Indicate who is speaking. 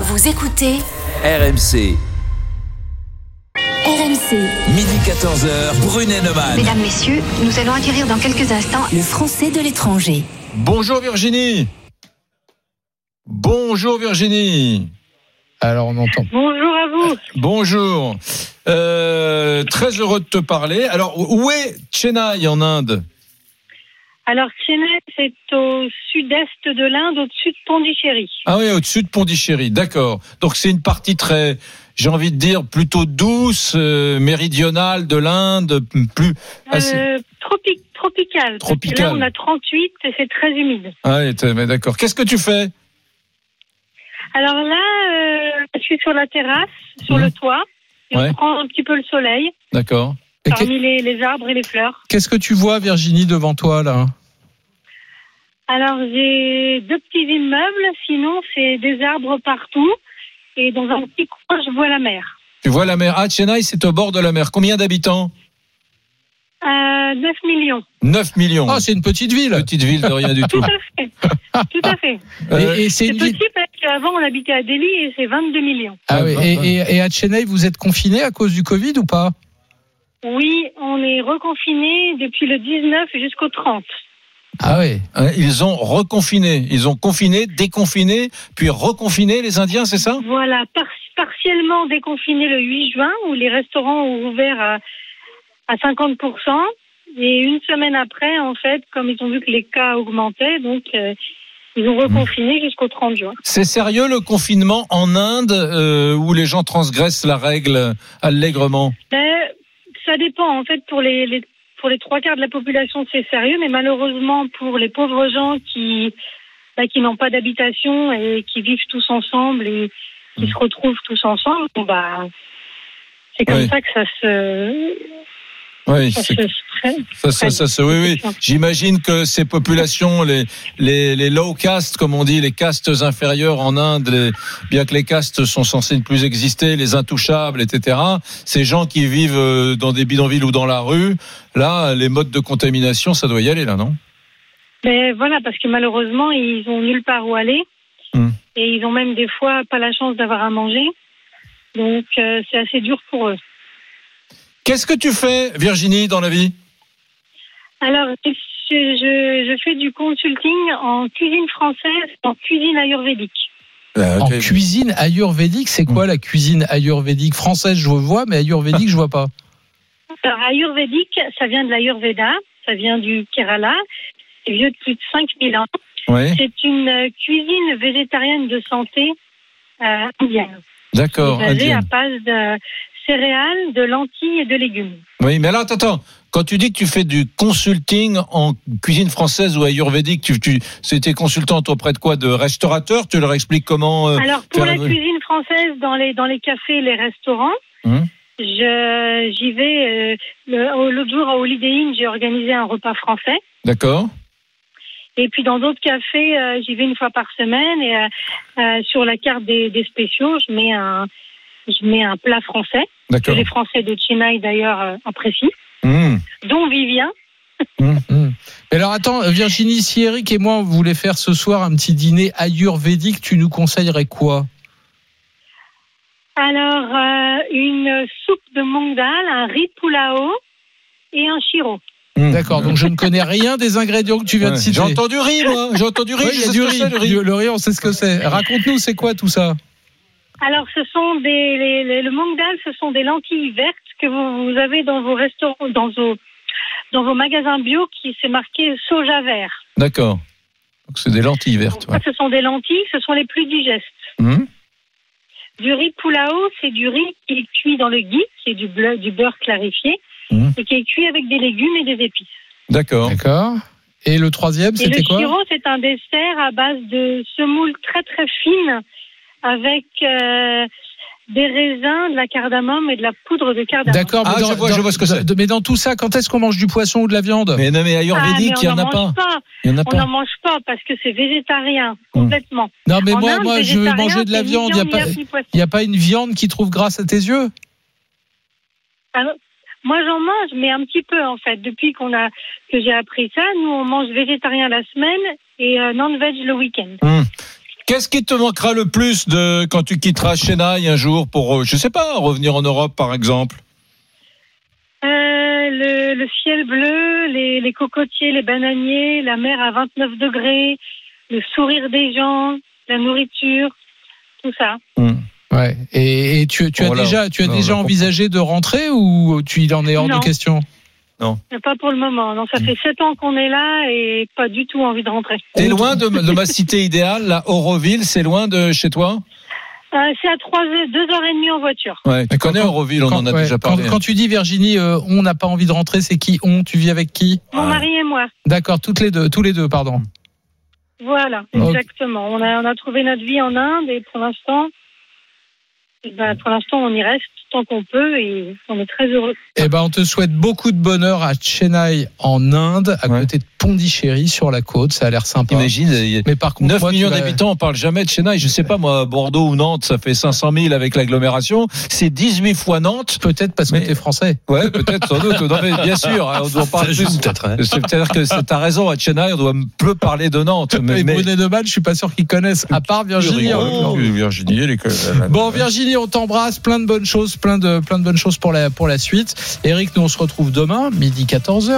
Speaker 1: Vous écoutez
Speaker 2: RMC,
Speaker 1: RMC,
Speaker 2: midi 14h, Brunet Neumann.
Speaker 3: Mesdames, Messieurs, nous allons acquérir dans quelques instants
Speaker 1: le français de l'étranger.
Speaker 4: Bonjour Virginie. Bonjour Virginie. Alors on entend.
Speaker 5: Bonjour à vous.
Speaker 4: Bonjour. Euh, très heureux de te parler. Alors où est Chennai en Inde
Speaker 5: Alors, Chennai, c'est au sud-est de l'Inde, au-dessus de Pondichéry.
Speaker 4: Ah oui, au-dessus de Pondichéry. D'accord. Donc c'est une partie très, j'ai envie de dire plutôt douce, euh, méridionale de l'Inde, plus. Ah, c'est-
Speaker 5: Euh, tropic- tropical. Parce que
Speaker 4: Tropical.
Speaker 5: Là, on a 38 et c'est très humide.
Speaker 4: Ah oui, t'es- mais d'accord. Qu'est-ce que tu fais
Speaker 5: Alors là, euh, je suis sur la terrasse, sur
Speaker 4: Mhm.
Speaker 5: le toit, et
Speaker 4: Ouais.
Speaker 5: on prend un petit peu le soleil
Speaker 4: D'accord.
Speaker 6: Et qu'est-
Speaker 5: parmi les, les arbres et les fleurs.
Speaker 6: Qu'est-ce que tu vois, Virginie, devant toi, là hein.
Speaker 5: Alors, j'ai deux petits immeubles, sinon, c'est des arbres partout. Et dans un petit coin, je vois la mer.
Speaker 4: Tu vois la mer. Ah Chennai, c'est au bord de la mer. Combien d'habitants
Speaker 5: Euh, 9 millions.
Speaker 4: 9 millions.
Speaker 6: Ah, c'est une petite ville
Speaker 4: Petite ville de rien du tout.
Speaker 5: Tout à fait. Tout à fait.
Speaker 4: Euh,
Speaker 6: Et, et c'est
Speaker 5: C'est
Speaker 6: une ville-
Speaker 5: petit parce qu'avant, on habitait à Delhi et c'est 22 millions.
Speaker 6: Ah oui,
Speaker 4: Ah,
Speaker 6: et,
Speaker 4: bah,
Speaker 6: et- et à Chennai, vous êtes confiné à cause du Covid ou pas
Speaker 5: Oui, on est reconfiné depuis le 19 jusqu'au 30.
Speaker 6: Ah oui.
Speaker 4: Hein, Ils ont reconfiné, ils ont confiné, déconfiné, puis reconfiné les Indiens, c'est ça
Speaker 5: Voilà, par- partiellement déconfiné le 8 juin où les restaurants ont ouvert à, à 50%. Et une semaine après, en fait, comme ils ont vu que les cas augmentaient, donc euh, ils ont
Speaker 6: Mmh.
Speaker 5: reconfiné jusqu'au 30 juin.
Speaker 4: C'est sérieux le confinement en Inde euh, où les gens transgressent la règle euh, allègrement
Speaker 5: Ben, ça dépend. En fait, pour les, les- pour les trois quarts de la population, c'est sérieux, mais malheureusement, pour les pauvres gens qui, ben, qui n'ont pas d'habitation et qui vivent tous ensemble et qui se retrouvent tous ensemble, bon, bah, c'est comme
Speaker 4: Oui.
Speaker 5: ça que ça se.
Speaker 4: Oui,
Speaker 5: Ça
Speaker 4: c'est-
Speaker 5: se fait.
Speaker 4: ça, ça, ça, ça, oui, oui. J'imagine que ces populations, les, les, les low castes, comme on dit, les castes inférieures en Inde, les- bien que les castes sont censées ne plus exister, les intouchables, etc., ces gens qui vivent euh, dans des bidonvilles ou dans la rue, là, les modes de contamination, ça doit y aller, là, non
Speaker 5: Mais voilà, parce que malheureusement, ils ont nulle part où aller.
Speaker 4: Mm.
Speaker 5: Et ils ont même des fois pas la chance d'avoir à manger. Donc, euh, c'est assez dur pour eux.
Speaker 4: Qu'est-ce que tu fais, Virginie, dans la vie
Speaker 5: Alors, je, je, je fais du consulting en cuisine française, en cuisine ayurvédique.
Speaker 4: Euh,
Speaker 6: En cuisine ayurvédique, c'est
Speaker 4: Hmm.
Speaker 6: quoi la cuisine ayurvédique Française, je vois, mais ayurvédique, je vois pas.
Speaker 5: Alors, ayurvédique, ça vient de l'ayurveda, ça vient du Kerala, c'est vieux de plus de 5000 ans.
Speaker 4: Oui,
Speaker 5: C'est une euh, cuisine végétarienne de santé euh, indienne,
Speaker 4: d'accord.
Speaker 5: basée à
Speaker 4: indienne.
Speaker 5: base de céréales, de lentilles et de légumes.
Speaker 4: Oui, mais alors, attends, attends. Quand tu dis que tu fais du consulting en cuisine française ou ayurvédique, tu, tu c'était consultante auprès de quoi De restaurateurs Tu leur expliques comment euh,
Speaker 5: Alors, pour
Speaker 4: faire
Speaker 5: la
Speaker 4: la-
Speaker 5: cuisine française, dans les, dans les cafés et les restaurants,
Speaker 4: Hum.
Speaker 5: je- j'y vais. euh, le- au- L'autre jour, à Holiday Inn, j'ai organisé un repas français.
Speaker 4: D'accord.
Speaker 5: Et puis dans d'autres cafés, euh, j'y vais une fois par semaine et euh, euh, sur la carte des, des spéciaux, je mets un je mets un plat français que
Speaker 4: D'accord.
Speaker 5: les Français de Chennai d'ailleurs euh, apprécient,
Speaker 4: Hum,
Speaker 5: dont Vivien.
Speaker 4: Hmm.
Speaker 6: Hmm. Mais alors attends, Virginie, si Eric et moi on voulait faire ce soir un petit dîner ayurvédique, tu nous conseillerais quoi
Speaker 5: Alors euh, une soupe de mangue dal, un riz poulao et un chiro.
Speaker 4: hum.
Speaker 6: D'accord, donc je ne connais rien des ingrédients que tu viens de
Speaker 4: Ouais.
Speaker 6: citer.
Speaker 4: J'ai entendu rire, moi. J'ai entendu rire.
Speaker 6: Oui,
Speaker 4: je
Speaker 6: il y a
Speaker 4: sais
Speaker 6: du
Speaker 4: ce que
Speaker 6: riz.
Speaker 4: c'est, le riz.
Speaker 6: Le riz, on sait ce que c'est. Raconte-nous, c'est quoi tout ça
Speaker 5: Alors ce sont des les- les- le mangue dal, ce sont des lentilles vertes que vous, vous avez dans vos restaurants, dans vos dans vos magasins bio qui s'est marqué soja vert.
Speaker 4: D'accord. Donc, c'est des lentilles vertes.
Speaker 5: Ça, ce sont des lentilles, ce sont les plus digestes.
Speaker 4: ouais.
Speaker 6: Hmm
Speaker 4: Hum,
Speaker 5: Du riz poulao, c'est du riz qui est cuit dans le gui, qui est du, bleu- du beurre clarifié,
Speaker 6: Hmm.
Speaker 4: Mhm.
Speaker 5: et qui est cuit avec des légumes et des épices.
Speaker 4: D'accord.
Speaker 6: D'accord. Et le troisième,
Speaker 5: Et le
Speaker 6: c'était quoi
Speaker 5: chiro, c'est un dessert à base de semoule très très fine, avec euh, des raisins, de la cardamome et de la poudre de cardamome.
Speaker 6: D'accord,
Speaker 4: Ah,
Speaker 6: mais, dans-
Speaker 4: je vois-
Speaker 6: dans-
Speaker 4: je vois ce que c'est.
Speaker 6: dans- mais dans tout ça, quand est-ce qu'on mange du poisson ou de la viande
Speaker 4: Mais non, mais
Speaker 5: Ah, mais
Speaker 4: ayurvédique, il n'y
Speaker 5: on
Speaker 4: en a
Speaker 5: n'en mange
Speaker 4: pas.
Speaker 6: Ah,
Speaker 4: Il y en a
Speaker 5: On n'en
Speaker 4: pas.
Speaker 5: mange pas parce que c'est végétarien, complètement.
Speaker 6: Non, Hmm. mais
Speaker 5: En
Speaker 6: moi,
Speaker 5: Inde,
Speaker 6: moi je veux
Speaker 5: végétarien,
Speaker 6: manger de la
Speaker 5: c'est ni
Speaker 6: viande. Il n'y
Speaker 5: ni
Speaker 6: a, pas-
Speaker 5: œufs, ni poissons.
Speaker 6: y a pas une viande qui trouve grâce à tes yeux
Speaker 5: Ah Moi, j'en mange, mais un petit peu en fait. Depuis qu'on a que j'ai appris ça, nous on mange végétarien la semaine et euh, non-veg le week-end.
Speaker 4: Hum. Qu'est-ce qui te manquera le plus de quand tu quitteras Chennai un jour pour, euh, je sais pas, revenir en Europe par exemple
Speaker 5: Euh, le, le ciel bleu, les, les cocotiers, les bananiers, la mer à 29 degrés, le sourire des gens, la nourriture, tout ça.
Speaker 4: Mmh.
Speaker 6: Ouais. Et, et tu, tu as
Speaker 4: Oh là,
Speaker 6: déjà, tu as
Speaker 4: non,
Speaker 6: déjà
Speaker 4: non.
Speaker 6: envisagé de rentrer ou tu il en est hors
Speaker 5: Non.
Speaker 6: de question
Speaker 5: Mais Pas pour le moment. Non,
Speaker 4: Mm.
Speaker 5: ça fait sept ans qu'on est là et pas du tout envie de rentrer.
Speaker 4: T'es loin de, ma- de ma cité idéale, la Auroville, c'est loin de chez toi
Speaker 5: Euh, c'est à trois, heures- deux heures et demie en voiture.
Speaker 4: Ouais, tu
Speaker 6: quand-
Speaker 4: connais Auroville, on
Speaker 6: quand,
Speaker 4: en a
Speaker 6: ouais,
Speaker 4: déjà
Speaker 6: quand-
Speaker 4: parlé. hein.
Speaker 6: quand tu dis Virginie, euh, on n'a pas envie de rentrer, c'est qui on Tu vis avec qui
Speaker 5: Mon
Speaker 4: Ouais.
Speaker 5: mari et moi.
Speaker 6: D'accord, toutes les deux, tous les deux,
Speaker 4: Mm.
Speaker 6: pardon.
Speaker 5: Voilà,
Speaker 6: Ok.
Speaker 5: exactement. On a, on a trouvé notre vie en Inde et pour l'instant, eh ben, pour l'instant, on y reste tant qu'on peut et on est très heureux.
Speaker 6: Eh ben, on te souhaite beaucoup de bonheur à Chennai, en Inde, à
Speaker 4: Ouais.
Speaker 6: côté de Pondichéry, sur la côte. Ça a l'air sympa.
Speaker 4: Imagine, il y a
Speaker 6: Mais par contre,
Speaker 4: 9
Speaker 6: moi, tu
Speaker 4: millions
Speaker 6: vas-
Speaker 4: d'habitants, on parle jamais de Chennai. Je sais pas, moi, Bordeaux ou Nantes, ça fait 500 000 avec l'agglomération. C'est 18 fois Nantes.
Speaker 6: Peut-être parce que
Speaker 4: Mais-
Speaker 6: t'es français.
Speaker 4: Ouais, peut-être, sans doute. Non, mais bien sûr, hein, on doit parler plus. C'est peut-être que c'est- t'as raison, à Chennai, on doit peu parler de Nantes.
Speaker 6: Mais,
Speaker 4: Mais, mais-
Speaker 6: Brunet de Mal, je suis pas sûr qu'ils connaissent, à part Virginie. hein.
Speaker 4: Virginie, elle est que-
Speaker 6: Bon Virginie, on t'embrasse, plein de bonnes choses, plein de plein de bonnes choses pour la pour la suite. Eric, nous on se retrouve demain midi 14h.